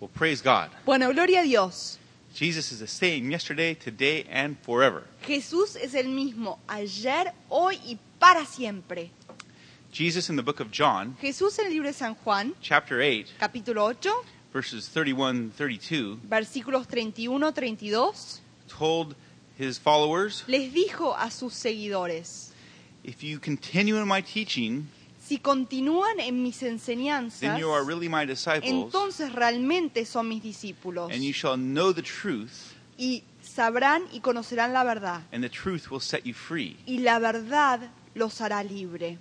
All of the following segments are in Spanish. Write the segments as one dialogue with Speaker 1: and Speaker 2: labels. Speaker 1: Well, praise God.
Speaker 2: Bueno, gloria a Dios.
Speaker 1: Jesus is the same yesterday, today, and forever.
Speaker 2: Jesús es el mismo ayer, hoy y para siempre.
Speaker 1: Jesus in the book of John,
Speaker 2: Jesús en el libro de San Juan,
Speaker 1: chapter 8,
Speaker 2: capítulo 8,
Speaker 1: verses 31 32,
Speaker 2: versículos 31, 32,
Speaker 1: told his followers,
Speaker 2: les dijo a sus seguidores,
Speaker 1: If you continue in my teaching,
Speaker 2: si continúan en mis enseñanzas,
Speaker 1: then you are really my disciples,
Speaker 2: entonces realmente son mis discípulos
Speaker 1: and you shall know the truth,
Speaker 2: y sabrán y conocerán la verdad,
Speaker 1: and the truth will set you free.
Speaker 2: y la verdad los hará libre.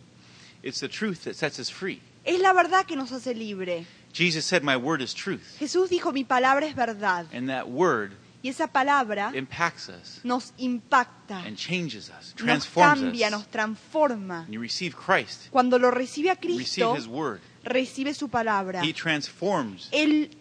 Speaker 1: It's the truth that sets us free.
Speaker 2: Es la verdad que nos hace libre.
Speaker 1: Jesus said, My word is truth,
Speaker 2: Jesús dijo, mi palabra es verdad,
Speaker 1: and that word
Speaker 2: y esa palabra
Speaker 1: impacts us
Speaker 2: nos impacta,
Speaker 1: and changes us,
Speaker 2: nos
Speaker 1: transforms
Speaker 2: cambia,
Speaker 1: us.
Speaker 2: nos transforma.
Speaker 1: And you receive Christ,
Speaker 2: Cuando lo recibe a
Speaker 1: you receive
Speaker 2: Cristo,
Speaker 1: his word.
Speaker 2: recibe su palabra.
Speaker 1: He transforms
Speaker 2: Él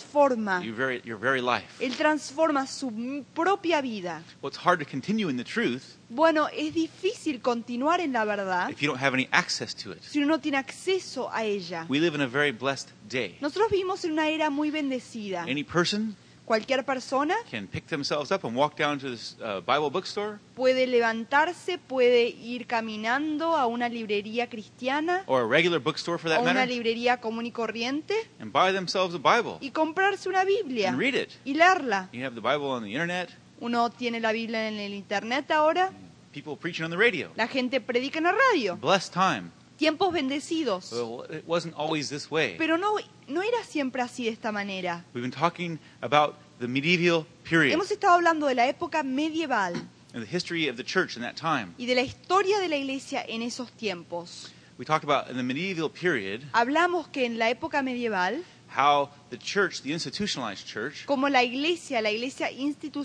Speaker 2: transforma,
Speaker 1: your very, your very life.
Speaker 2: Él transforma su m- propia vida.
Speaker 1: Well, it's hard to continue in the truth
Speaker 2: Bueno, es difícil continuar en la verdad
Speaker 1: if you don't have any access to it.
Speaker 2: si uno no tiene acceso a ella.
Speaker 1: We live in a very blessed day.
Speaker 2: Nosotros vivimos en una era muy bendecida.
Speaker 1: Any person
Speaker 2: Cualquier persona
Speaker 1: can pick themselves up and walk down to this uh, Bible bookstore
Speaker 2: puede levantarse, puede ir caminando a una librería cristiana
Speaker 1: or a regular bookstore for
Speaker 2: o
Speaker 1: that
Speaker 2: una
Speaker 1: matter
Speaker 2: librería común y corriente
Speaker 1: and buy themselves a Bible
Speaker 2: y comprarse una Biblia
Speaker 1: and read it.
Speaker 2: y leerla.
Speaker 1: You have the Bible on the internet,
Speaker 2: Uno tiene la Biblia en el Internet ahora,
Speaker 1: people preaching on the radio.
Speaker 2: la gente predica en la radio.
Speaker 1: Blessed time.
Speaker 2: Tiempos bendecidos.
Speaker 1: Well, it wasn't always this way.
Speaker 2: Pero no, no era siempre así de esta manera.
Speaker 1: We've been talking about the medieval period
Speaker 2: Hemos estado hablando de la época medieval
Speaker 1: and the history of the church in that time.
Speaker 2: y de la historia de la iglesia en esos tiempos.
Speaker 1: We talked about in the medieval period
Speaker 2: Hablamos que en la época medieval,
Speaker 1: how the church, the institutionalized church,
Speaker 2: como la iglesia, la iglesia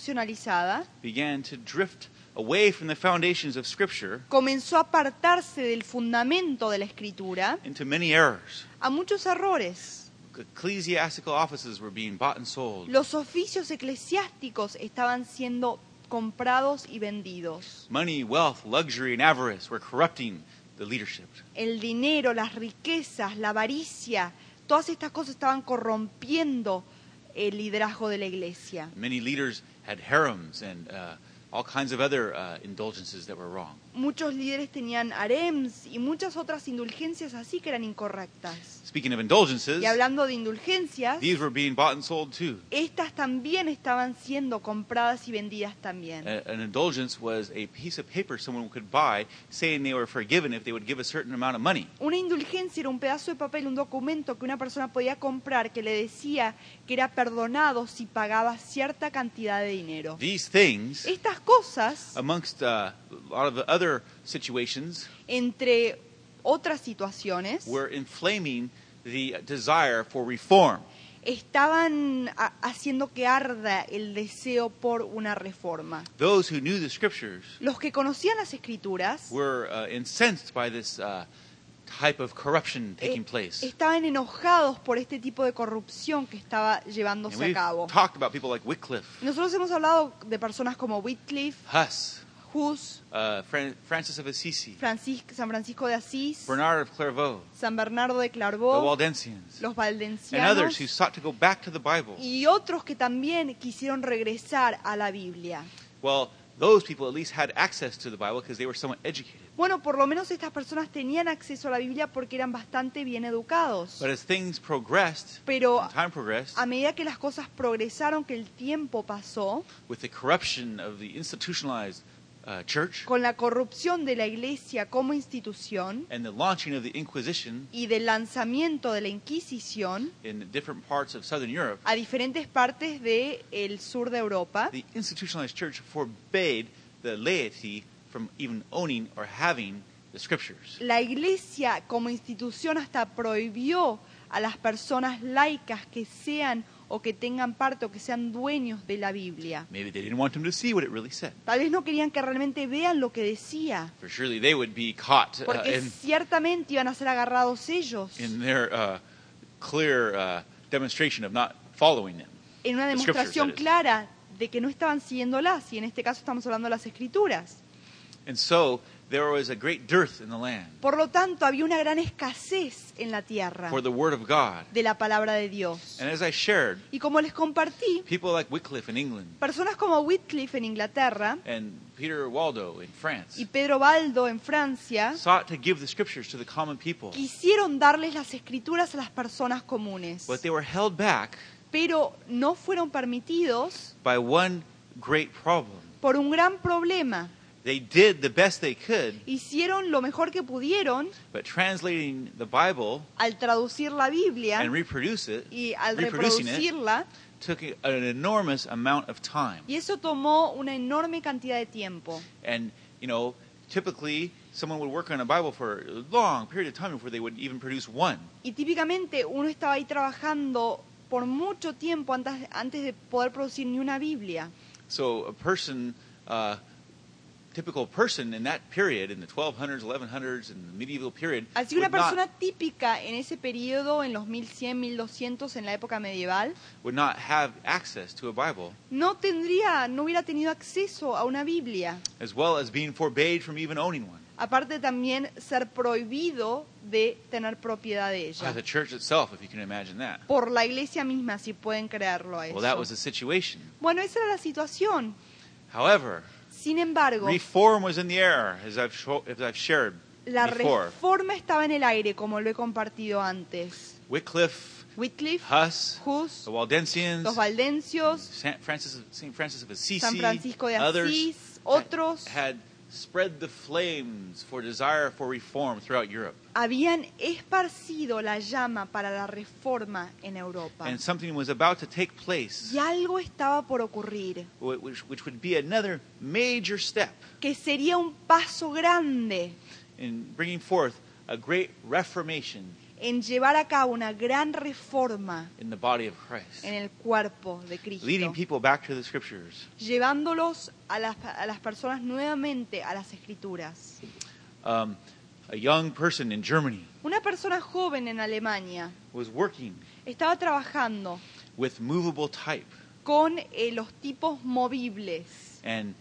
Speaker 2: institucionalizada,
Speaker 1: began to drift away from the foundations of Scripture
Speaker 2: comenzó a apartarse del fundamento de la escritura
Speaker 1: into many errors.
Speaker 2: a muchos errores.
Speaker 1: Ecclesiastical offices were being bought and sold.
Speaker 2: Los oficios eclesiásticos estaban siendo comprados y vendidos.
Speaker 1: Money, wealth, luxury, and avarice were corrupting the leadership.
Speaker 2: El dinero, las riquezas, la avaricia, todas estas cosas estaban corrompiendo el liderazgo de la iglesia.
Speaker 1: Many leaders had harems and uh, all kinds of other uh, indulgences that were wrong.
Speaker 2: Muchos líderes tenían harems y muchas otras indulgencias así que eran incorrectas.
Speaker 1: Speaking of indulgences,
Speaker 2: Y hablando de indulgencias,
Speaker 1: these were being bought and sold too.
Speaker 2: estas también estaban siendo compradas y vendidas también.
Speaker 1: A- An indulgence was a piece of paper someone could buy saying they were forgiven if they would give a certain amount of money.
Speaker 2: Una indulgencia era un pedazo de papel, un documento que una persona podía comprar que le decía que era perdonado si pagaba cierta cantidad de dinero.
Speaker 1: These things,
Speaker 2: Estas cosas,
Speaker 1: amongst uh, a lot of the other situations,
Speaker 2: entre otras situaciones,
Speaker 1: were inflaming the desire for reform.
Speaker 2: estaban ha- haciendo que arda el deseo por una reforma.
Speaker 1: Those who knew the scriptures
Speaker 2: Los que conocían las escrituras
Speaker 1: were uh, incensed by this uh, type of corruption
Speaker 2: Eh,
Speaker 1: taking place.
Speaker 2: estaban enojados por este tipo de corrupción que estaba
Speaker 1: And
Speaker 2: llevándose a
Speaker 1: we've
Speaker 2: cabo.
Speaker 1: talked about people like Wycliffe,
Speaker 2: Nosotros hemos hablado de personas como Whitcliffe,
Speaker 1: Huss,
Speaker 2: Hus,
Speaker 1: uh, Fran- Francis of Assisi,
Speaker 2: Francis- San Francisco de Asís,
Speaker 1: Bernard of Clairvaux,
Speaker 2: San Bernardo de
Speaker 1: the
Speaker 2: Clairvaux,
Speaker 1: Waldensians,
Speaker 2: Oh,
Speaker 1: and others
Speaker 2: los valdencianos
Speaker 1: who sought to go back to the Bible.
Speaker 2: y otros que también quisieron regresar a la Biblia.
Speaker 1: Well, those people at least had access to the Bible because they were somewhat educated.
Speaker 2: Bueno, por lo menos estas personas tenían acceso a la Biblia porque eran bastante bien educados.
Speaker 1: But as things progressed,
Speaker 2: Pero
Speaker 1: and time progressed,
Speaker 2: a medida que las cosas progresaron, que el tiempo pasó,
Speaker 1: with the corruption of the institutionalized uh, church
Speaker 2: con la corrupción de la iglesia como institución
Speaker 1: and the launching of the Inquisition
Speaker 2: y del lanzamiento de la Inquisición
Speaker 1: in different parts of southern Europe,
Speaker 2: a diferentes partes del sur de Europa,
Speaker 1: the institutionalized church forbade the laity from even owning or having the scriptures.
Speaker 2: la iglesia como institución hasta prohibió a las personas laicas que sean o que tengan parte o que sean dueños de la Biblia.
Speaker 1: Maybe they didn't want them to see what it really said,
Speaker 2: Tal vez no querían que realmente vean lo que decía,
Speaker 1: for surely they would be caught uh,
Speaker 2: porque
Speaker 1: in,
Speaker 2: ciertamente iban a ser agarrados ellos
Speaker 1: in their uh, clear uh, demonstration of not following them.
Speaker 2: en una
Speaker 1: the scriptures,
Speaker 2: demostración
Speaker 1: that is.
Speaker 2: clara de que no estaban siguiéndolas, y en este caso estamos hablando de las escrituras.
Speaker 1: And so there was a great dearth in the land
Speaker 2: Por lo tanto, había una gran escasez en la tierra
Speaker 1: for the Word of God.
Speaker 2: de la palabra de Dios.
Speaker 1: And as I shared,
Speaker 2: Y como les compartí,
Speaker 1: people like Wycliffe in England
Speaker 2: personas como Whitcliffe en Inglaterra
Speaker 1: and Peter Waldo in France
Speaker 2: y Pedro Baldo en Francia
Speaker 1: sought to give the scriptures to the common people,
Speaker 2: quisieron darles las escrituras a las personas comunes,
Speaker 1: but they were held back
Speaker 2: pero no fueron permitidos
Speaker 1: by one great problem.
Speaker 2: por un gran problema.
Speaker 1: They did the best they could,
Speaker 2: Hicieron lo mejor que pudieron
Speaker 1: but translating the Bible
Speaker 2: al traducir la Biblia
Speaker 1: and reproduce it
Speaker 2: y al
Speaker 1: reproducing it.
Speaker 2: reproducirla,
Speaker 1: took an enormous amount of time.
Speaker 2: y eso tomó una enorme cantidad de tiempo.
Speaker 1: And, you know, typically someone would work on a Bible for a long period of time before they would even produce one.
Speaker 2: Y típicamente uno estaba ahí trabajando por mucho tiempo antes, antes de poder producir ni una Biblia.
Speaker 1: So a person, uh, typical person in that period, in the 1200s, 1100s, in the medieval period,
Speaker 2: Así que
Speaker 1: would,
Speaker 2: una persona
Speaker 1: not,
Speaker 2: típica en ese periodo, en los 1100, 1200, en la época medieval,
Speaker 1: would not have access to a Bible,
Speaker 2: no tendría, no hubiera tenido acceso a una Biblia.
Speaker 1: as well as being forbade from even owning one
Speaker 2: Aparte también ser prohibido de tener propiedad de
Speaker 1: by
Speaker 2: ella.
Speaker 1: the church itself, if you can imagine that.
Speaker 2: Por la iglesia misma, si pueden creerlo a
Speaker 1: Well, that was
Speaker 2: eso.
Speaker 1: the situation.
Speaker 2: Bueno, esa era la situación.
Speaker 1: However,
Speaker 2: Sin embargo,
Speaker 1: reform was in the air, as I've, sho- as I've shared
Speaker 2: la
Speaker 1: before.
Speaker 2: reforma estaba en el aire, como lo he compartido antes.
Speaker 1: Wycliffe,
Speaker 2: Wycliffe,
Speaker 1: Huss,
Speaker 2: Hus,
Speaker 1: the Waldensians,
Speaker 2: los Valdencios,
Speaker 1: San Francis, of- Saint Francis of Assisi,
Speaker 2: San Francisco de
Speaker 1: others
Speaker 2: Asís, otros,
Speaker 1: had spread the flames for desire for reform throughout Europe,
Speaker 2: habían esparcido la llama para la reforma en Europa.
Speaker 1: and something was about to take place,
Speaker 2: Y algo estaba por ocurrir,
Speaker 1: wh- which, which would be another major step
Speaker 2: que sería un paso grande
Speaker 1: in bringing forth a great reformation
Speaker 2: en llevar a cabo una gran reforma
Speaker 1: in the body of Christ,
Speaker 2: en el cuerpo de
Speaker 1: leading
Speaker 2: Cristo,
Speaker 1: people back to the Scriptures.
Speaker 2: llevándolos a las, a las personas nuevamente a las escrituras.
Speaker 1: Um, a young person in Germany
Speaker 2: Una persona joven en Alemania
Speaker 1: was working
Speaker 2: estaba trabajando
Speaker 1: with movable type
Speaker 2: con eh, los tipos movibles
Speaker 1: and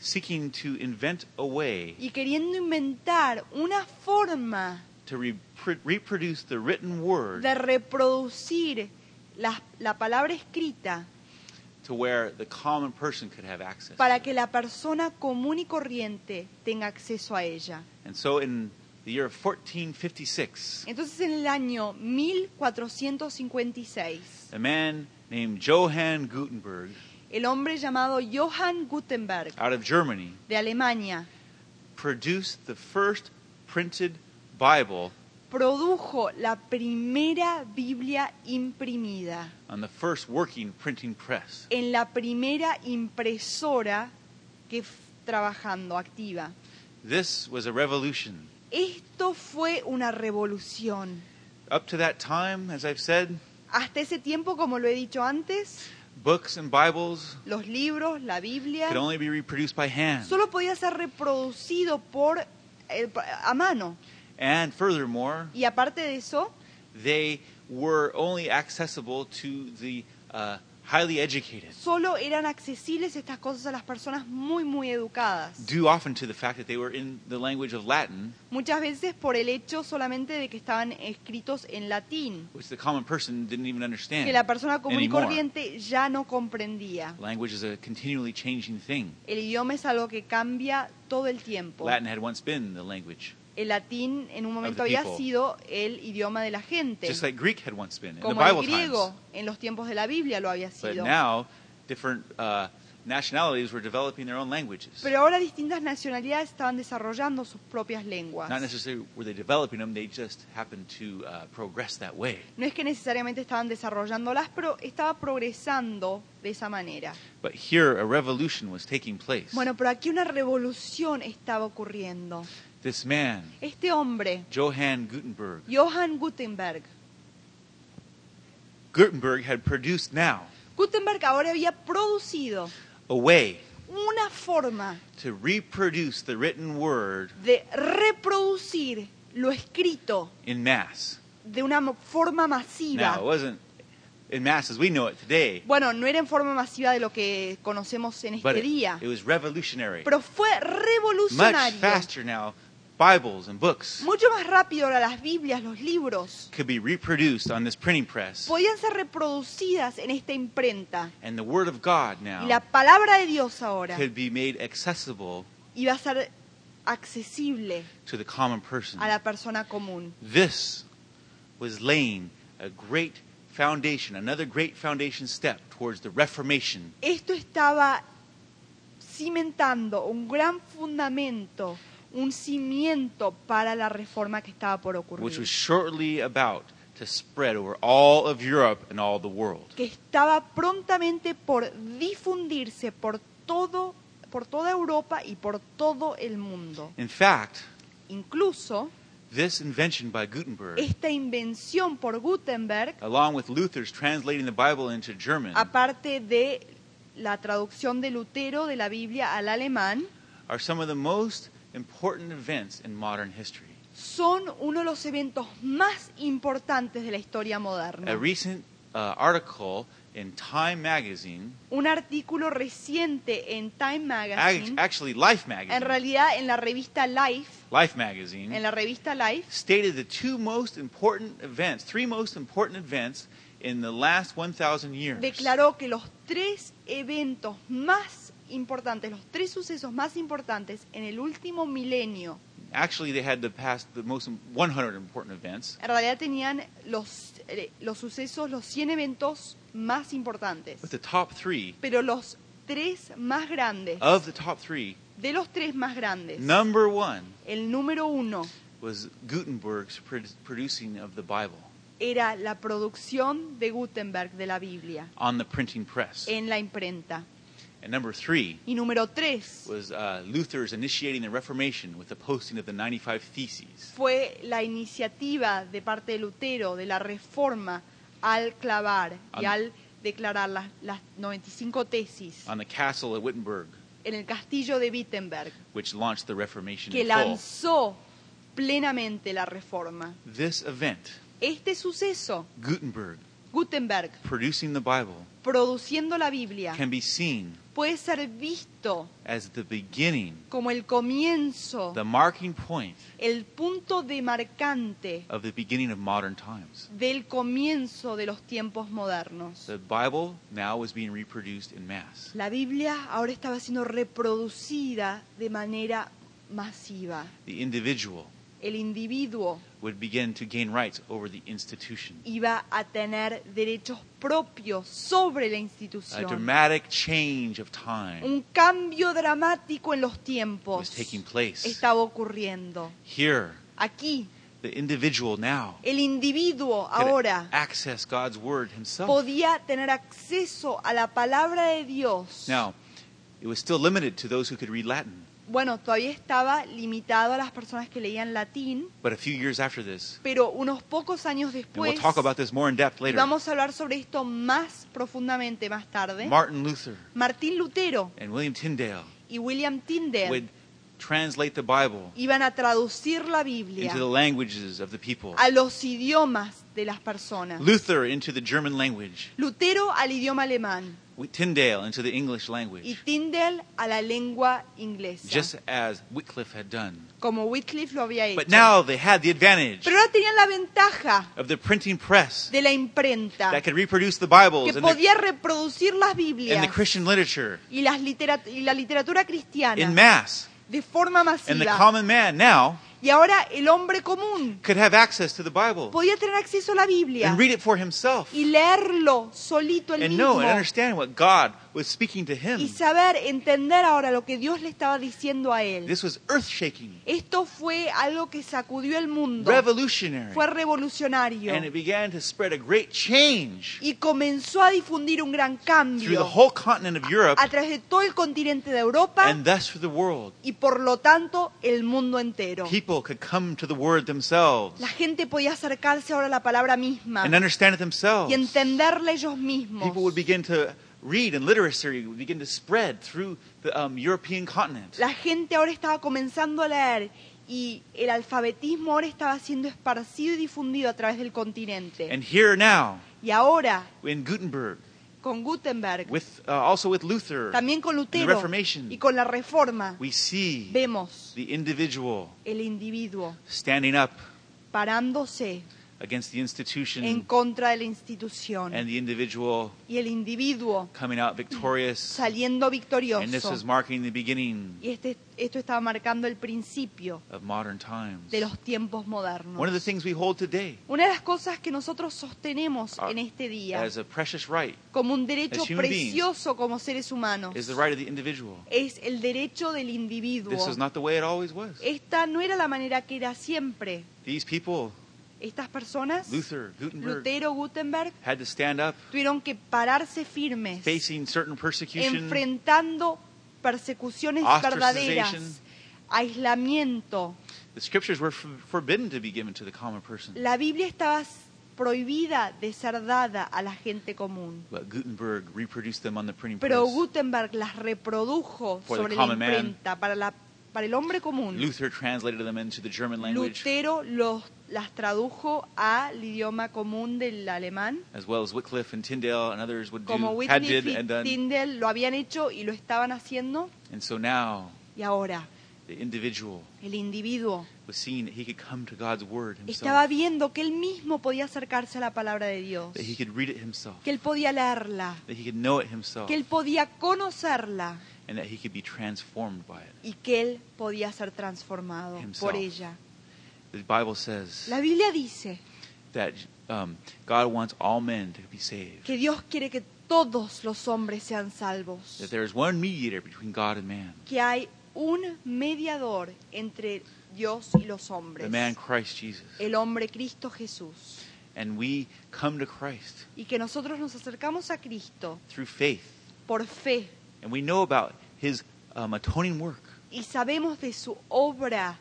Speaker 1: seeking to invent a way
Speaker 2: y queriendo inventar una forma
Speaker 1: to repro- reproduce the written word
Speaker 2: de reproducir la, la palabra escrita
Speaker 1: to where the common person could have access.
Speaker 2: para que la persona común y corriente tenga acceso a ella.
Speaker 1: And so in the year 1456,
Speaker 2: Entonces en el año 1456,
Speaker 1: a man named Johann Gutenberg
Speaker 2: el hombre llamado Johann Gutenberg
Speaker 1: out of Germany
Speaker 2: de Alemania
Speaker 1: produced the first printed Bible
Speaker 2: produjo la primera Biblia imprimida
Speaker 1: on the first working printing press.
Speaker 2: en la primera impresora que f- trabajando activa.
Speaker 1: This was a revolution.
Speaker 2: Esto fue una revolución.
Speaker 1: Up to that time, as I've said,
Speaker 2: Hasta ese tiempo, como lo he dicho antes,
Speaker 1: books and Bibles
Speaker 2: los libros, la Biblia,
Speaker 1: could only be reproduced by hand.
Speaker 2: solo podía ser reproducido por eh, a mano.
Speaker 1: And furthermore,
Speaker 2: Y aparte de eso,
Speaker 1: they were only accessible to the uh, highly educated,
Speaker 2: solo eran accesibles estas cosas a las personas muy, muy educadas.
Speaker 1: due often to the fact that they were in the language of Latin,
Speaker 2: Muchas veces por el hecho solamente de que estaban escritos en latín,
Speaker 1: which the common person didn't even understand.
Speaker 2: que la persona común y
Speaker 1: anymore.
Speaker 2: corriente ya no comprendía.
Speaker 1: Language is a continually changing thing.
Speaker 2: El idioma es algo que cambia todo el tiempo.
Speaker 1: Latin had once been the language,
Speaker 2: El latín en un momento
Speaker 1: Of the
Speaker 2: había
Speaker 1: people.
Speaker 2: sido el idioma de la gente,
Speaker 1: just like Greek had once been in the
Speaker 2: como
Speaker 1: Bible
Speaker 2: el griego
Speaker 1: times.
Speaker 2: en los tiempos de la Biblia lo había
Speaker 1: But
Speaker 2: sido.
Speaker 1: now, different uh, nationalities were developing their own languages.
Speaker 2: Pero ahora distintas nacionalidades estaban desarrollando sus propias
Speaker 1: Not
Speaker 2: lenguas.
Speaker 1: necessarily were they developing them; they just happened to uh, progress that way.
Speaker 2: No es que necesariamente estaban desarrollándolas, pero estaba progresando de esa manera.
Speaker 1: But here, a revolution was taking place.
Speaker 2: Bueno, pero aquí una revolución estaba ocurriendo.
Speaker 1: This man
Speaker 2: Este hombre,
Speaker 1: Johann Gutenberg.
Speaker 2: Johann Gutenberg,
Speaker 1: Gutenberg had produced now
Speaker 2: Gutenberg ahora había producido
Speaker 1: a way
Speaker 2: una forma
Speaker 1: to reproduce the written word
Speaker 2: de reproducir lo escrito
Speaker 1: in mass.
Speaker 2: de una mo- forma
Speaker 1: Now,
Speaker 2: masiva.
Speaker 1: it wasn't in Mass as we know it today,
Speaker 2: Bueno, no era en forma masiva de lo que conocemos en
Speaker 1: but
Speaker 2: este
Speaker 1: it,
Speaker 2: día,
Speaker 1: it was revolutionary.
Speaker 2: pero fue
Speaker 1: Much
Speaker 2: revolucionario.
Speaker 1: faster now, Bibles and books
Speaker 2: Mucho más rápido eran las Biblias, los libros.
Speaker 1: could be reproduced on this printing press.
Speaker 2: Podían ser reproducidas en esta imprenta.
Speaker 1: And the Word of God
Speaker 2: Y la
Speaker 1: now
Speaker 2: palabra de Dios ahora
Speaker 1: could be made accessible
Speaker 2: iba a ser accesible
Speaker 1: to the common person.
Speaker 2: a la persona común.
Speaker 1: This was laying a great foundation, another great foundation step towards the Reformation.
Speaker 2: Esto estaba cimentando un gran fundamento, un cimiento para la reforma que estaba por
Speaker 1: which was
Speaker 2: ocurrir,
Speaker 1: shortly about to spread over all of Europe and all the world.
Speaker 2: que estaba prontamente por difundirse por todo por toda Europa y por todo el mundo.
Speaker 1: In fact,
Speaker 2: Incluso
Speaker 1: this invention by Gutenberg,
Speaker 2: esta invención por Gutenberg,
Speaker 1: along with Luther's translating the Bible into German,
Speaker 2: aparte de la traducción de Lutero de la Biblia al alemán,
Speaker 1: are some of the most important events in modern history.
Speaker 2: son uno de los eventos más importantes de la historia
Speaker 1: A
Speaker 2: moderna.
Speaker 1: recent uh, article in Time magazine,
Speaker 2: Un artículo reciente en Time
Speaker 1: ac-
Speaker 2: Magazine,
Speaker 1: actually Life
Speaker 2: en
Speaker 1: magazine,
Speaker 2: realidad en la revista Life,
Speaker 1: Life magazine,
Speaker 2: en la revista Life,
Speaker 1: stated the two most important events, three most important events in the last 1,000 years.
Speaker 2: declaró que los tres eventos más importantes, los tres sucesos más importantes en el último milenio,
Speaker 1: Actually, they had the past the most 100 important events,
Speaker 2: en realidad tenían los, eh, los sucesos, los 100 eventos más importantes.
Speaker 1: but the top three
Speaker 2: Pero los tres más grandes,
Speaker 1: of the top three,
Speaker 2: de los tres más grandes,
Speaker 1: number one
Speaker 2: el número uno
Speaker 1: was Gutenberg's pr- producing of the Bible
Speaker 2: era la producción de Gutenberg de la Biblia
Speaker 1: on the printing press,
Speaker 2: en la imprenta.
Speaker 1: and number three
Speaker 2: Y número tres
Speaker 1: was uh, Luther's initiating the Reformation with the posting of the 95 Theses.
Speaker 2: fue la iniciativa de parte de Lutero de la reforma al clavar y
Speaker 1: Am-
Speaker 2: al declarar las, las 95 tesis
Speaker 1: On the castle at Wittenberg,
Speaker 2: en el castillo de Wittenberg,
Speaker 1: which launched the Reformation
Speaker 2: que
Speaker 1: in full.
Speaker 2: lanzó plenamente la reforma.
Speaker 1: This event,
Speaker 2: Este suceso,
Speaker 1: Gutenberg
Speaker 2: Gutenberg
Speaker 1: producing the Bible,
Speaker 2: produciendo la Biblia,
Speaker 1: can be seen
Speaker 2: puede ser visto
Speaker 1: as the beginning,
Speaker 2: como el comienzo,
Speaker 1: the marking point
Speaker 2: el punto demarcante
Speaker 1: of the beginning of modern times.
Speaker 2: del comienzo de los tiempos modernos.
Speaker 1: The Bible now was being reproduced in mass.
Speaker 2: La Biblia ahora estaba siendo reproducida de manera masiva.
Speaker 1: The individual
Speaker 2: El individuo
Speaker 1: would begin to gain rights over the institution.
Speaker 2: iba a tener derechos propios sobre la
Speaker 1: A
Speaker 2: institución.
Speaker 1: dramatic change of time
Speaker 2: Un cambio dramático en los
Speaker 1: was
Speaker 2: tiempos
Speaker 1: taking place.
Speaker 2: estaba ocurriendo.
Speaker 1: Here,
Speaker 2: Aquí,
Speaker 1: the individual now
Speaker 2: el individuo
Speaker 1: could
Speaker 2: ahora
Speaker 1: access God's word himself.
Speaker 2: podía tener acceso a la palabra de Dios.
Speaker 1: Now, it was still limited to those who could read Latin,
Speaker 2: Bueno, todavía estaba limitado a las personas que leían latín,
Speaker 1: but a few years after this,
Speaker 2: pero unos pocos años
Speaker 1: and we'll
Speaker 2: después,
Speaker 1: talk about this more in depth
Speaker 2: y
Speaker 1: later,
Speaker 2: vamos a hablar sobre esto más profundamente más tarde,
Speaker 1: Martin Luther
Speaker 2: Martín Lutero
Speaker 1: and William Tyndale
Speaker 2: y William Tyndale
Speaker 1: would translate the Bible
Speaker 2: iban a traducir la Biblia
Speaker 1: into the languages of the people.
Speaker 2: a los idiomas de las personas.
Speaker 1: Luther into the German language,
Speaker 2: Lutero al idioma alemán
Speaker 1: Wi- Tyndale into the English
Speaker 2: y
Speaker 1: language,
Speaker 2: Tyndale a la lengua inglesa,
Speaker 1: just as Wycliffe had done.
Speaker 2: como Wycliffe lo había hecho.
Speaker 1: But now they had the advantage
Speaker 2: Pero ahora tenían la ventaja
Speaker 1: of the printing press
Speaker 2: de la imprenta,
Speaker 1: that could reproduce the Bibles
Speaker 2: que
Speaker 1: and the,
Speaker 2: podía reproducir las Biblias
Speaker 1: and the Christian literature
Speaker 2: y, las literat- y la literatura cristiana
Speaker 1: in mass.
Speaker 2: de forma
Speaker 1: And the
Speaker 2: masiva.
Speaker 1: common man now
Speaker 2: Y ahora el hombre común
Speaker 1: could have access to the Bible
Speaker 2: podía tener acceso a la Biblia
Speaker 1: and read it for himself
Speaker 2: y leerlo solito él
Speaker 1: and know
Speaker 2: mismo
Speaker 1: and understand what God was speaking to
Speaker 2: y
Speaker 1: him.
Speaker 2: saber entender ahora lo que Dios le estaba diciendo a él.
Speaker 1: This was earth shaking,
Speaker 2: Esto fue algo que sacudió el mundo,
Speaker 1: revolutionary,
Speaker 2: fue revolucionario
Speaker 1: and it began to spread a great change
Speaker 2: y comenzó a difundir un gran
Speaker 1: through the
Speaker 2: cambio
Speaker 1: whole continent of Europe
Speaker 2: a través de todo el continente de Europa
Speaker 1: and thus for the world.
Speaker 2: y por lo tanto el mundo entero.
Speaker 1: People could come to the Word themselves
Speaker 2: La gente podía acercarse ahora a la palabra misma
Speaker 1: and understand it themselves.
Speaker 2: y entenderla ellos
Speaker 1: People would
Speaker 2: mismos.
Speaker 1: begin to read, and literacy would begin to spread through the um, European continent.
Speaker 2: La gente ahora estaba comenzando a leer y el alfabetismo ahora estaba siendo esparcido y difundido a través del continente.
Speaker 1: And here now,
Speaker 2: Y ahora,
Speaker 1: in Gutenberg,
Speaker 2: con Gutenberg,
Speaker 1: with, uh, also with Luther,
Speaker 2: también con
Speaker 1: and the
Speaker 2: Lutero
Speaker 1: Reformation,
Speaker 2: y con la Reforma,
Speaker 1: we see
Speaker 2: vemos
Speaker 1: the individual
Speaker 2: el individuo
Speaker 1: standing up
Speaker 2: parándose
Speaker 1: against the institution
Speaker 2: en contra de la institución
Speaker 1: and the individual
Speaker 2: y el individuo
Speaker 1: coming out victorious.
Speaker 2: saliendo
Speaker 1: And this is
Speaker 2: victorioso.
Speaker 1: marking the beginning
Speaker 2: Y este, esto estaba marcando el principio
Speaker 1: of modern times.
Speaker 2: de los tiempos
Speaker 1: One of the
Speaker 2: modernos.
Speaker 1: things we hold today
Speaker 2: Una de las cosas que nosotros sostenemos
Speaker 1: Ah,
Speaker 2: en este día
Speaker 1: as a precious right
Speaker 2: como un derecho
Speaker 1: as human beings,
Speaker 2: precioso como seres humanos
Speaker 1: is the right of the individual.
Speaker 2: es el derecho del individuo.
Speaker 1: This is not the way it always was.
Speaker 2: Esta no era la manera que era siempre.
Speaker 1: These people,
Speaker 2: Estas personas,
Speaker 1: Luther, Gutenberg,
Speaker 2: Lutero, Gutenberg,
Speaker 1: had to stand up
Speaker 2: tuvieron que pararse firmes,
Speaker 1: facing certain persecution,
Speaker 2: enfrentando persecuciones verdaderas,
Speaker 1: Ostracization.
Speaker 2: aislamiento.
Speaker 1: The scriptures were f- forbidden to be given to the common person.
Speaker 2: La Biblia estaba prohibida de ser dada a la gente común.
Speaker 1: But Gutenberg reproduced them on the printing press.
Speaker 2: Pero Gutenberg las reprodujo
Speaker 1: For the
Speaker 2: sobre la
Speaker 1: common man.
Speaker 2: imprenta para, la, para el hombre común.
Speaker 1: Luther translated them into the German language
Speaker 2: Lutero los, las tradujo al idioma común del alemán,
Speaker 1: as well as Wycliffe and Tyndale and others would
Speaker 2: como
Speaker 1: do, had
Speaker 2: Whitney
Speaker 1: did
Speaker 2: y
Speaker 1: and done.
Speaker 2: Tyndale lo habían hecho y lo estaban haciendo.
Speaker 1: And so now
Speaker 2: Y ahora,
Speaker 1: the individual
Speaker 2: el individuo
Speaker 1: was seeing that he could come to God's word
Speaker 2: estaba
Speaker 1: himself,
Speaker 2: viendo que él mismo podía acercarse a la palabra de Dios,
Speaker 1: that he could read it himself,
Speaker 2: que él podía leerla,
Speaker 1: that he could know it himself,
Speaker 2: que él podía conocerla
Speaker 1: and that he could be transformed by it.
Speaker 2: y que él podía ser transformado
Speaker 1: Himself.
Speaker 2: por ella.
Speaker 1: The Bible says
Speaker 2: La Biblia dice
Speaker 1: that um, God wants all men to be saved,
Speaker 2: que Dios quiere que todos los hombres sean salvos,
Speaker 1: that there is one mediator between God and man,
Speaker 2: que hay un mediador entre Dios y los hombres,
Speaker 1: the man Christ Jesus.
Speaker 2: el hombre Cristo Jesús,
Speaker 1: And we come to Christ
Speaker 2: y que nosotros nos acercamos a Cristo
Speaker 1: through faith,
Speaker 2: por fe
Speaker 1: and we know about his um, atoning work,
Speaker 2: y sabemos de su obra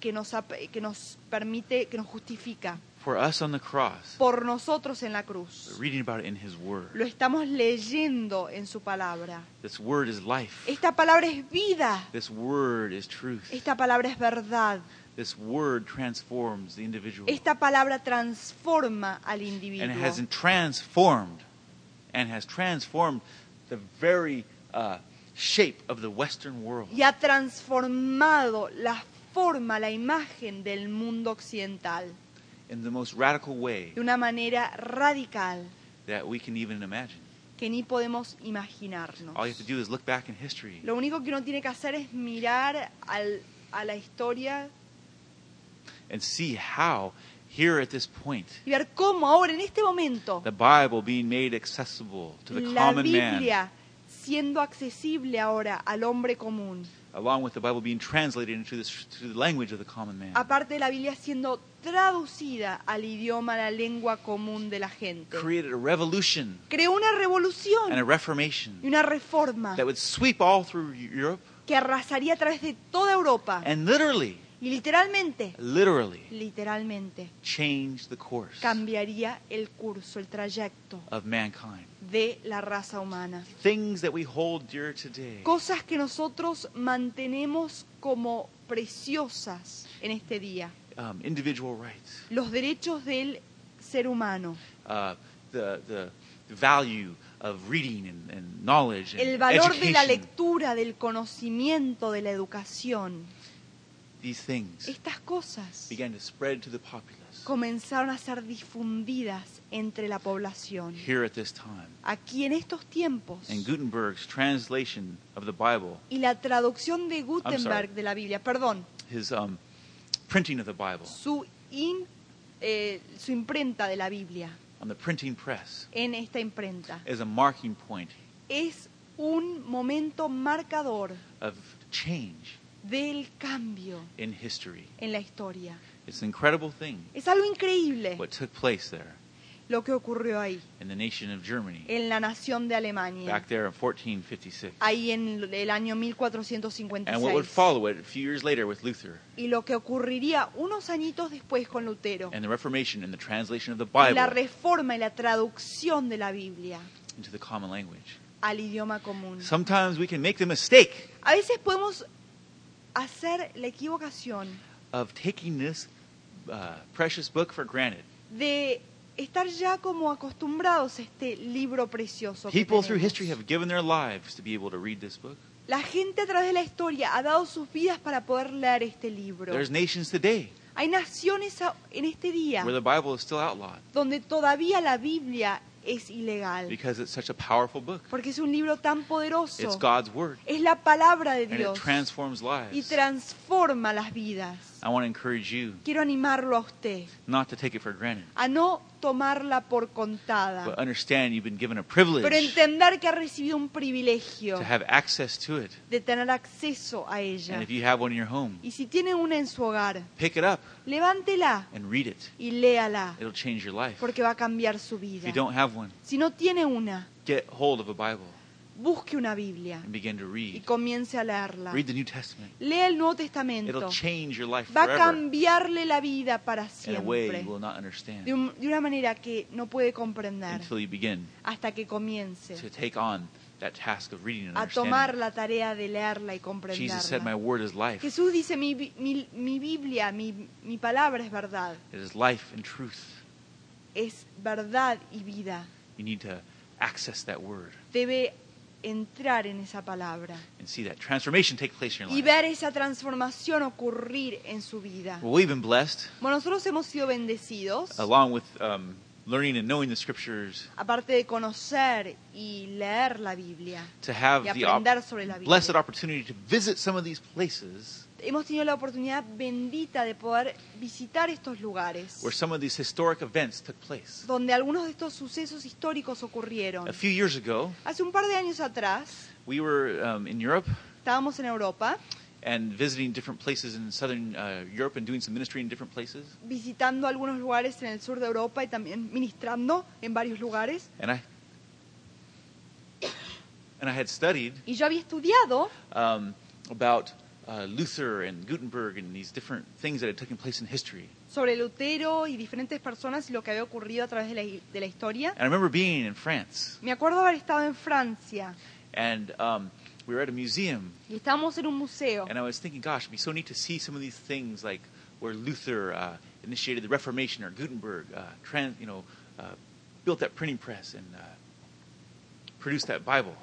Speaker 2: que nos, ap- que nos permite, que nos justifica
Speaker 1: for us on the cross.
Speaker 2: por nosotros en la
Speaker 1: We're
Speaker 2: cruz.
Speaker 1: reading about it in His Word.
Speaker 2: Lo estamos leyendo en su palabra.
Speaker 1: This Word is life.
Speaker 2: Esta palabra es vida.
Speaker 1: This Word is truth.
Speaker 2: Esta palabra es verdad.
Speaker 1: This Word transforms the individual.
Speaker 2: Esta palabra transforma al individuo.
Speaker 1: And it has transformed, and has transformed the very uh, shape of the Western world.
Speaker 2: Y ha transformado la forma, la imagen del mundo occidental
Speaker 1: in the most radical way
Speaker 2: de una manera radical
Speaker 1: that we can even imagine.
Speaker 2: que ni podemos imaginarnos.
Speaker 1: All you have to do is look back in history
Speaker 2: Lo único que uno tiene que hacer es mirar al- a la historia
Speaker 1: and see how, here at this point,
Speaker 2: y ver cómo ahora, en este momento,
Speaker 1: the Bible being made accessible to the
Speaker 2: la
Speaker 1: common man,
Speaker 2: Biblia siendo accesible ahora al hombre común,
Speaker 1: along with the Bible being translated into this, to the language of the common man,
Speaker 2: aparte de la Biblia siendo traducida al idioma, a la lengua común de la gente,
Speaker 1: created a revolution
Speaker 2: creó una
Speaker 1: and a
Speaker 2: revolución y
Speaker 1: reformation
Speaker 2: una reforma
Speaker 1: that would sweep all through Europe
Speaker 2: que arrasaría a través de toda Europa
Speaker 1: and literally,
Speaker 2: y literalmente,
Speaker 1: literally
Speaker 2: literalmente,
Speaker 1: change the course
Speaker 2: cambiaría el curso, el trayecto
Speaker 1: of mankind.
Speaker 2: de la raza humana.
Speaker 1: Things that we hold dear today
Speaker 2: cosas que nosotros mantenemos como preciosas en este día.
Speaker 1: um, individual rights.
Speaker 2: Los derechos del ser humano,
Speaker 1: uh, the, the value of reading and, and knowledge and
Speaker 2: el valor de la
Speaker 1: education,
Speaker 2: lectura, del conocimiento, de la educación.
Speaker 1: these things
Speaker 2: Estas cosas
Speaker 1: began to spread to the populace
Speaker 2: comenzaron a ser difundidas entre la población.
Speaker 1: here at this time.
Speaker 2: Aquí en estos tiempos.
Speaker 1: And Gutenberg's translation of the Bible,
Speaker 2: Y la traducción de
Speaker 1: sorry.
Speaker 2: Gutenberg de la Biblia, perdón,
Speaker 1: his um, printing of the Bible
Speaker 2: su, in- eh, su imprenta de la Biblia
Speaker 1: on the printing press,
Speaker 2: en esta imprenta.
Speaker 1: is a marking point
Speaker 2: es un momento marcador
Speaker 1: of change
Speaker 2: del cambio
Speaker 1: in history.
Speaker 2: en la historia.
Speaker 1: It's an incredible thing
Speaker 2: Es algo increíble
Speaker 1: what took place there
Speaker 2: lo que ocurrió ahí,
Speaker 1: in the nation of Germany
Speaker 2: en la nación de Alemania,
Speaker 1: back there in 1456.
Speaker 2: ahí en el año
Speaker 1: And what would
Speaker 2: 1456.
Speaker 1: follow it a few years later with Luther.
Speaker 2: Y lo que ocurriría unos añitos después con Lutero,
Speaker 1: and the Reformation and the translation of the
Speaker 2: la
Speaker 1: Bible
Speaker 2: reforma y la traducción de la Biblia
Speaker 1: into the common language.
Speaker 2: al idioma común.
Speaker 1: Sometimes we can make the mistake
Speaker 2: A veces podemos hacer la equivocación
Speaker 1: of taking this uh, precious book for granted
Speaker 2: de estar ya como acostumbrados a este libro precioso. que
Speaker 1: People through
Speaker 2: tenemos.
Speaker 1: history have given their lives to be able to read this book.
Speaker 2: La gente a través de la historia ha dado sus vidas para poder leer este libro.
Speaker 1: There's nations today
Speaker 2: Hay naciones a- en este día
Speaker 1: where the Bible is still outlawed
Speaker 2: donde todavía la Biblia es ilegal,
Speaker 1: because it's such a powerful book.
Speaker 2: porque es un libro tan
Speaker 1: It's
Speaker 2: poderoso.
Speaker 1: God's word
Speaker 2: Es la palabra de
Speaker 1: and it
Speaker 2: Dios
Speaker 1: transforms
Speaker 2: y
Speaker 1: lives.
Speaker 2: transforma las vidas.
Speaker 1: I want to encourage you
Speaker 2: Quiero animarlo a usted
Speaker 1: not to take it for granted,
Speaker 2: a no tomarla por
Speaker 1: but
Speaker 2: contada,
Speaker 1: understand you've been given a
Speaker 2: pero
Speaker 1: privilege
Speaker 2: entender que ha recibido un privilegio
Speaker 1: to have access to it.
Speaker 2: de tener acceso a
Speaker 1: And
Speaker 2: ella.
Speaker 1: if you have one in your home,
Speaker 2: Y si tiene una en su hogar,
Speaker 1: pick it up
Speaker 2: levántela
Speaker 1: and read it.
Speaker 2: y léala,
Speaker 1: It'll change your life.
Speaker 2: porque va a cambiar su
Speaker 1: If
Speaker 2: vida.
Speaker 1: you don't have one,
Speaker 2: Si no tiene una,
Speaker 1: get hold of a Bible
Speaker 2: busque una Biblia
Speaker 1: and begin to
Speaker 2: y
Speaker 1: read.
Speaker 2: comience a leerla.
Speaker 1: Read the New Testament.
Speaker 2: Lea el Nuevo Testamento.
Speaker 1: It'll change your life
Speaker 2: Va a
Speaker 1: forever
Speaker 2: cambiarle la vida para
Speaker 1: in a way
Speaker 2: siempre.
Speaker 1: you will not
Speaker 2: De,
Speaker 1: understand
Speaker 2: un- de una manera que no puede comprender
Speaker 1: until you begin
Speaker 2: hasta que comience
Speaker 1: to take on that task of reading and
Speaker 2: a tomar
Speaker 1: understanding.
Speaker 2: la tarea de leerla y
Speaker 1: Jesus said, My
Speaker 2: comprenderla.
Speaker 1: word is life. It
Speaker 2: Jesús dice, mi, bi- mi- mi Biblia, mi, mi palabra es verdad.
Speaker 1: is life and truth.
Speaker 2: Es verdad y vida.
Speaker 1: You need to access that word
Speaker 2: Debe entrar en esa palabra
Speaker 1: and see that transformation take place in your
Speaker 2: y
Speaker 1: life.
Speaker 2: ver esa transformación ocurrir en su vida.
Speaker 1: Well, we've been blessed,
Speaker 2: Bueno, nosotros hemos sido bendecidos,
Speaker 1: along with um, learning and knowing the scriptures,
Speaker 2: aparte de conocer y leer la Biblia
Speaker 1: to
Speaker 2: y
Speaker 1: have the op-
Speaker 2: aprender sobre la Biblia.
Speaker 1: blessed opportunity to visit some of these places
Speaker 2: Hemos tenido la oportunidad bendita de poder visitar estos lugares
Speaker 1: where some of these historic events took place.
Speaker 2: donde algunos de estos sucesos históricos ocurrieron.
Speaker 1: A few years ago,
Speaker 2: Hace un par de años atrás
Speaker 1: we were um, in Europe
Speaker 2: estábamos en Europa
Speaker 1: and visiting different places in southern uh, Europe and doing some ministry in different places.
Speaker 2: visitando algunos lugares en el sur de Europa y también ministrando en varios lugares.
Speaker 1: And I and I had studied
Speaker 2: Y yo había estudiado
Speaker 1: um, about uh, Luther and Gutenberg and these different things that had taken place in history.
Speaker 2: sobre Lutero y diferentes personas y lo que había ocurrido a través de la, de la historia.
Speaker 1: And I remember being in France,
Speaker 2: Me acuerdo haber estado en Francia
Speaker 1: and um, we were at a museum,
Speaker 2: y estábamos en un museo.
Speaker 1: and I was thinking, gosh, it'd be so neat to see some of these things, like where Luther uh, initiated the Reformation or Gutenberg, uh, trans, you know, uh, built that printing press and uh, produced that Bible.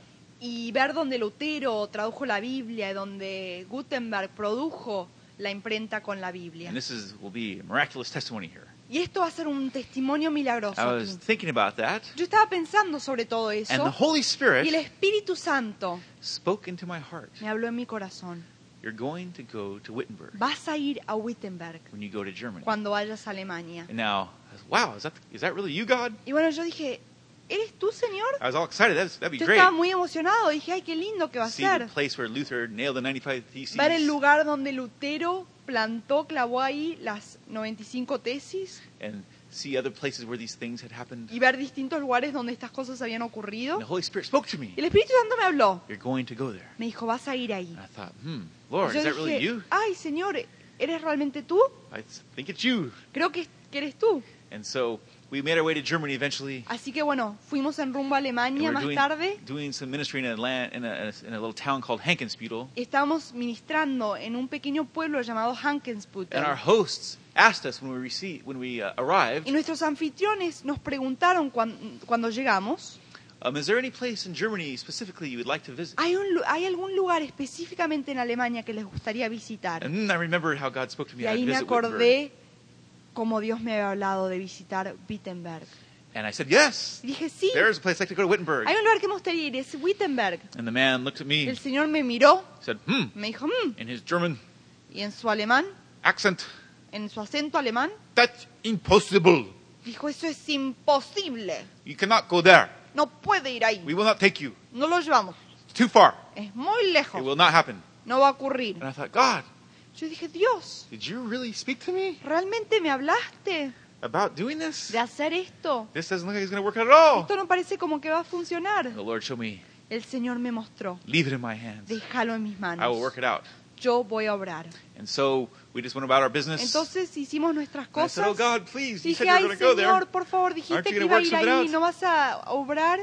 Speaker 2: Y ver donde Lutero tradujo la Biblia y donde Gutenberg produjo la imprenta con la Biblia.
Speaker 1: And this is will be a miraculous testimony here.
Speaker 2: Y esto va a ser un testimonio milagroso.
Speaker 1: I was
Speaker 2: aquí.
Speaker 1: thinking about that,
Speaker 2: Yo estaba pensando sobre todo
Speaker 1: and the
Speaker 2: eso
Speaker 1: Holy
Speaker 2: y el
Speaker 1: Spirit
Speaker 2: Espíritu Santo
Speaker 1: spoke into my heart.
Speaker 2: me habló en mi corazón.
Speaker 1: You're going to go to Wittenberg
Speaker 2: Vas a ir a Wittenberg
Speaker 1: when you go to Germany.
Speaker 2: cuando vayas a Alemania.
Speaker 1: And now, I was, wow, is that is that really you, God?
Speaker 2: Y bueno, yo dije, ¿eres tú, Señor?
Speaker 1: I was all excited. That's, that'd be
Speaker 2: Yo
Speaker 1: Ah, great.
Speaker 2: estaba muy emocionado. Dije, ay, qué lindo que va a
Speaker 1: See the
Speaker 2: ser.
Speaker 1: place where Luther nailed the 95 theses.
Speaker 2: Ver el lugar donde Lutero plantó, clavó ahí las 95 tesis
Speaker 1: and see other places where these things had happened.
Speaker 2: y ver distintos lugares donde estas cosas habían ocurrido.
Speaker 1: And the Holy Spirit spoke to me.
Speaker 2: Y el Espíritu Santo me habló.
Speaker 1: You're going to go there.
Speaker 2: Me dijo, vas a ir ahí.
Speaker 1: And I thought, hmm, Lord,
Speaker 2: yo
Speaker 1: is that really
Speaker 2: dije,
Speaker 1: you?
Speaker 2: ay, Señor, ¿eres realmente tú?
Speaker 1: I s- think it's you.
Speaker 2: Creo que, que eres tú.
Speaker 1: And so we made our way to Germany eventually.
Speaker 2: Así que bueno, fuimos en rumbo a
Speaker 1: And
Speaker 2: Alemania
Speaker 1: we're
Speaker 2: más
Speaker 1: doing,
Speaker 2: tarde.
Speaker 1: doing some ministry in a, land, in, a, in a little town called Hankenspiegel.
Speaker 2: Estábamos ministrando en un pequeño pueblo llamado Hankensputter.
Speaker 1: And our hosts asked us when we, received, when we uh, arrived,
Speaker 2: Y nuestros anfitriones nos preguntaron cuan- cuando llegamos,
Speaker 1: um, is there any place in Germany specifically you would like to visit?
Speaker 2: ¿hay, un lu- ¿hay algún lugar específicamente en Alemania que les gustaría visitar?
Speaker 1: And then I remembered how God spoke to me.
Speaker 2: Y
Speaker 1: I'd
Speaker 2: ahí me
Speaker 1: visit Wittenberg.
Speaker 2: acordé cómo Dios me había hablado de visitar Wittenberg.
Speaker 1: And I said, yes,
Speaker 2: Y dije, sí,
Speaker 1: there's a place I'd like to go to Wittenberg.
Speaker 2: hay un lugar que me gustaría ir, es Wittenberg.
Speaker 1: And the man looked at me
Speaker 2: El
Speaker 1: and
Speaker 2: Señor me miró,
Speaker 1: said, hmm,
Speaker 2: me dijo, "Mm",
Speaker 1: in his German
Speaker 2: y en su alemán,
Speaker 1: accent,
Speaker 2: en su acento alemán,
Speaker 1: that's impossible.
Speaker 2: dijo, eso es imposible,
Speaker 1: You cannot go there.
Speaker 2: no puede ir ahí,
Speaker 1: We will not take you.
Speaker 2: no lo llevamos,
Speaker 1: It's too far.
Speaker 2: es muy
Speaker 1: It
Speaker 2: lejos,
Speaker 1: will not happen.
Speaker 2: no va a ocurrir.
Speaker 1: And I thought, God,
Speaker 2: Yo dije, Dios,
Speaker 1: did you really speak to me
Speaker 2: ¿realmente me hablaste?
Speaker 1: about doing this?
Speaker 2: de hacer esto.
Speaker 1: This doesn't look like it's going to work out at all.
Speaker 2: Esto no parece como que va a funcionar.
Speaker 1: And the Lord showed me,
Speaker 2: El Señor me mostró,
Speaker 1: leave it in my hands.
Speaker 2: déjalo en mis
Speaker 1: I will
Speaker 2: manos.
Speaker 1: work it out.
Speaker 2: Yo voy a obrar.
Speaker 1: And so we just went about our business. And
Speaker 2: Entonces hicimos nuestras
Speaker 1: I said, oh,
Speaker 2: cosas.
Speaker 1: God, please, you said you
Speaker 2: Dije,
Speaker 1: were
Speaker 2: ay
Speaker 1: going to go there.
Speaker 2: Señor, por favor,
Speaker 1: Aren't
Speaker 2: dijiste
Speaker 1: you gonna
Speaker 2: que iba a
Speaker 1: work
Speaker 2: ir
Speaker 1: something
Speaker 2: ahí,
Speaker 1: out?
Speaker 2: ¿no vas a obrar?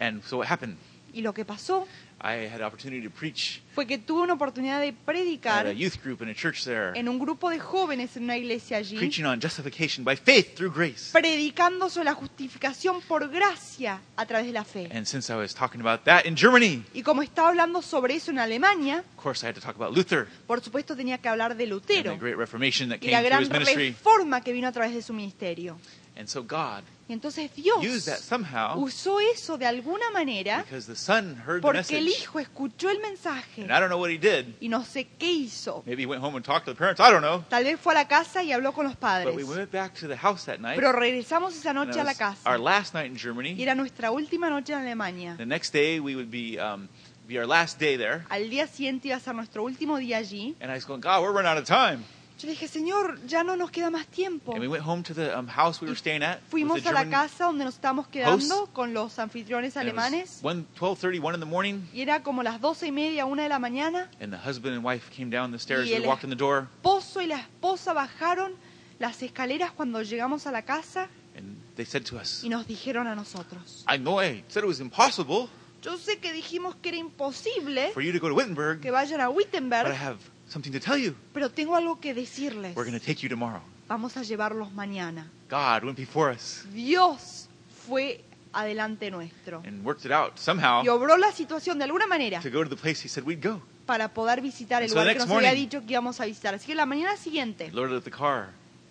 Speaker 1: And so it happened.
Speaker 2: Y lo que pasó
Speaker 1: I had opportunity to preach
Speaker 2: fue que tuve una oportunidad de
Speaker 1: at
Speaker 2: predicar
Speaker 1: a youth group in a church there,
Speaker 2: en un grupo de jóvenes en una iglesia allí,
Speaker 1: preaching on justification by faith through grace.
Speaker 2: predicando sobre la justificación por gracia a través de la fe.
Speaker 1: And since I was talking about that in Germany,
Speaker 2: Y como estaba hablando sobre eso en Alemania,
Speaker 1: of course, I had to talk about Luther
Speaker 2: por supuesto tenía que hablar de
Speaker 1: and the
Speaker 2: Lutero
Speaker 1: great Reformation that
Speaker 2: y
Speaker 1: came
Speaker 2: la
Speaker 1: through
Speaker 2: gran
Speaker 1: his ministry.
Speaker 2: reforma que vino a través de su ministerio.
Speaker 1: And so God
Speaker 2: Y entonces Dios
Speaker 1: used that somehow
Speaker 2: usó eso de alguna manera
Speaker 1: because the son heard the
Speaker 2: porque el
Speaker 1: message.
Speaker 2: hijo escuchó el mensaje
Speaker 1: And I don't know what he did.
Speaker 2: y no sé qué hizo.
Speaker 1: Maybe he went home and talked to the parents. I don't know.
Speaker 2: Tal vez fue a la casa y habló con los
Speaker 1: But we
Speaker 2: padres.
Speaker 1: went back to the house that night.
Speaker 2: Pero regresamos esa
Speaker 1: and
Speaker 2: noche
Speaker 1: that
Speaker 2: a la
Speaker 1: was our
Speaker 2: casa
Speaker 1: last night in
Speaker 2: y
Speaker 1: Germany.
Speaker 2: era nuestra última noche en Alemania.
Speaker 1: The next day we would be um, be our last day there.
Speaker 2: Al día siguiente iba a ser nuestro último día allí.
Speaker 1: And I was going, God, we're running out of time.
Speaker 2: Yo le dije, Señor, ya no nos queda más tiempo.
Speaker 1: And we went home to the um, house we were staying at. with the
Speaker 2: Fuimos a la
Speaker 1: German-
Speaker 2: casa donde nos estábamos quedando con los anfitriones
Speaker 1: and it was
Speaker 2: alemanes
Speaker 1: 1, 12:30, 1 in the morning.
Speaker 2: y era como las doce y media, una de la mañana.
Speaker 1: And the husband and wife came down the stairs.
Speaker 2: Y
Speaker 1: They
Speaker 2: el-
Speaker 1: walked in the door.
Speaker 2: esposo y la esposa bajaron las escaleras cuando llegamos a la casa
Speaker 1: And they said to us,
Speaker 2: y nos dijeron a nosotros.
Speaker 1: I know I said it was impossible
Speaker 2: Yo sé que dijimos que era imposible
Speaker 1: for you to go to Wittenberg,
Speaker 2: que vayan a
Speaker 1: but I
Speaker 2: Wittenberg,
Speaker 1: have something to tell you.
Speaker 2: pero tengo algo que decirles.
Speaker 1: We're going to take you tomorrow.
Speaker 2: Vamos a llevarlos mañana.
Speaker 1: God went before us
Speaker 2: Dios fue adelante nuestro
Speaker 1: and worked it out somehow
Speaker 2: y obró la situación de alguna manera
Speaker 1: to go to the place He said we'd go.
Speaker 2: para poder visitar el
Speaker 1: And so the
Speaker 2: lugar que
Speaker 1: next
Speaker 2: nos había
Speaker 1: morning-
Speaker 2: dicho que íbamos a visitar. Así que la mañana
Speaker 1: He
Speaker 2: siguiente
Speaker 1: loaded up the car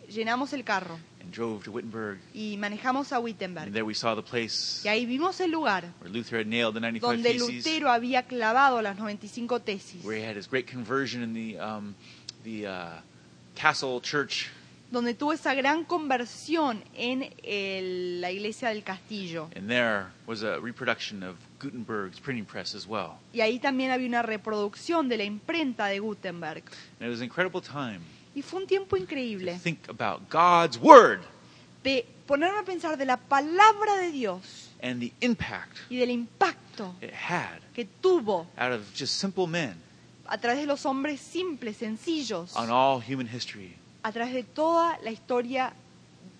Speaker 2: llenamos el carro
Speaker 1: and drove to Wittenberg.
Speaker 2: y manejamos a
Speaker 1: And
Speaker 2: Wittenberg.
Speaker 1: there we saw the place
Speaker 2: Y ahí vimos el lugar
Speaker 1: where Luther had nailed the 95
Speaker 2: donde
Speaker 1: Theses,
Speaker 2: Lutero había clavado las 95 tesis,
Speaker 1: where he had his great conversion in the, um, the uh, castle church.
Speaker 2: donde tuvo esa gran conversión en el- la iglesia del castillo.
Speaker 1: And there was a reproduction of Gutenberg's printing press as well.
Speaker 2: Y ahí también había una reproducción de la imprenta de Gutenberg.
Speaker 1: And it was an incredible time
Speaker 2: Y fue un tiempo
Speaker 1: to
Speaker 2: increíble
Speaker 1: think about God's Word
Speaker 2: de ponerme a pensar de la palabra de Dios
Speaker 1: and the impact
Speaker 2: y del impacto
Speaker 1: it had
Speaker 2: que tuvo
Speaker 1: out of just simple men
Speaker 2: a través de los hombres simples, sencillos,
Speaker 1: on all human history.
Speaker 2: a través de toda la historia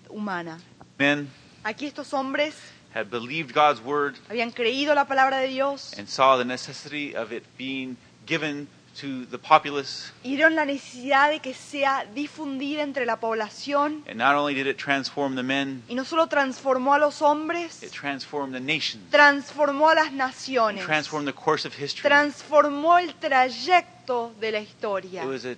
Speaker 2: humana.
Speaker 1: Men
Speaker 2: Aquí estos hombres
Speaker 1: had believed God's Word
Speaker 2: habían creído la palabra de Dios
Speaker 1: and saw the necessity of it being given to the populace.
Speaker 2: y vieron la necesidad de que sea difundida entre la población
Speaker 1: And not only did it transform the men,
Speaker 2: y no solo transformó a los
Speaker 1: It
Speaker 2: hombres,
Speaker 1: transformed the nation,
Speaker 2: transformó a las naciones,
Speaker 1: transformed the course of history.
Speaker 2: transformó el trayecto de la historia.
Speaker 1: It was a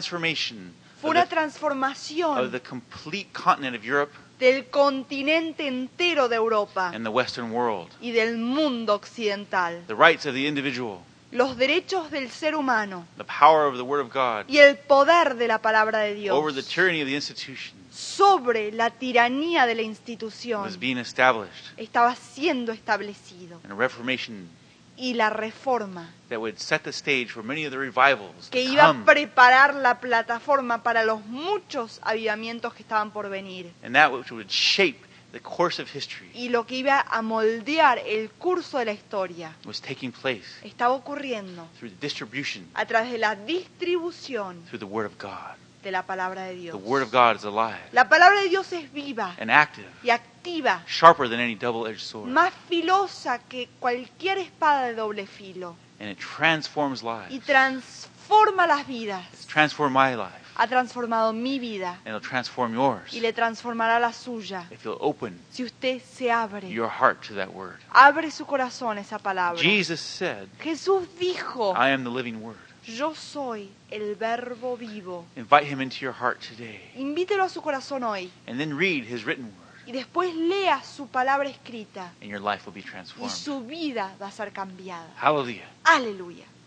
Speaker 1: transformation of
Speaker 2: Fue una
Speaker 1: the, of
Speaker 2: transformación
Speaker 1: the complete continent of Europe
Speaker 2: del continente entero de Europa
Speaker 1: and the Western world.
Speaker 2: y del mundo occidental.
Speaker 1: The rights of the individual,
Speaker 2: Los derechos del ser humano
Speaker 1: the power of the Word of God
Speaker 2: y el poder de la palabra de
Speaker 1: over the
Speaker 2: Dios
Speaker 1: tyranny of the institution
Speaker 2: sobre la tiranía de la
Speaker 1: was
Speaker 2: institución
Speaker 1: being established,
Speaker 2: estaba siendo establecido.
Speaker 1: and a reformation
Speaker 2: y la reforma
Speaker 1: that would set the stage for many of the revivals
Speaker 2: que
Speaker 1: to
Speaker 2: iba a
Speaker 1: come.
Speaker 2: preparar la plataforma para los muchos avivamientos que estaban por venir
Speaker 1: And that which would shape the course of history
Speaker 2: y lo que iba a moldear el curso de la historia
Speaker 1: was taking place
Speaker 2: estaba ocurriendo
Speaker 1: through the distribution,
Speaker 2: a través de la distribución
Speaker 1: through the Word of God.
Speaker 2: de la palabra de
Speaker 1: The
Speaker 2: Dios.
Speaker 1: Word of God is alive
Speaker 2: La palabra de Dios es viva
Speaker 1: and active.
Speaker 2: y activa,
Speaker 1: sharper than any double-edged sword,
Speaker 2: más filosa que cualquier espada de doble filo
Speaker 1: and it transforms
Speaker 2: y
Speaker 1: lives.
Speaker 2: transforma las vidas.
Speaker 1: It's transformed my life,
Speaker 2: Ha transformado mi vida
Speaker 1: and it'll transform yours
Speaker 2: y le transformará la suya
Speaker 1: if you'll open
Speaker 2: si usted se abre.
Speaker 1: your heart to that word.
Speaker 2: Abre su corazón esa palabra.
Speaker 1: Jesus said,
Speaker 2: Jesús dijo,
Speaker 1: "I am the living Word."
Speaker 2: yo soy el verbo vivo.
Speaker 1: Invite Him into your heart today,
Speaker 2: Invítelo a su corazón hoy
Speaker 1: and then read His written word,
Speaker 2: y después lea su palabra escrita
Speaker 1: and your life will be
Speaker 2: y
Speaker 1: transformed.
Speaker 2: su vida va a ser cambiada.
Speaker 1: Hallelujah.
Speaker 2: Aleluya.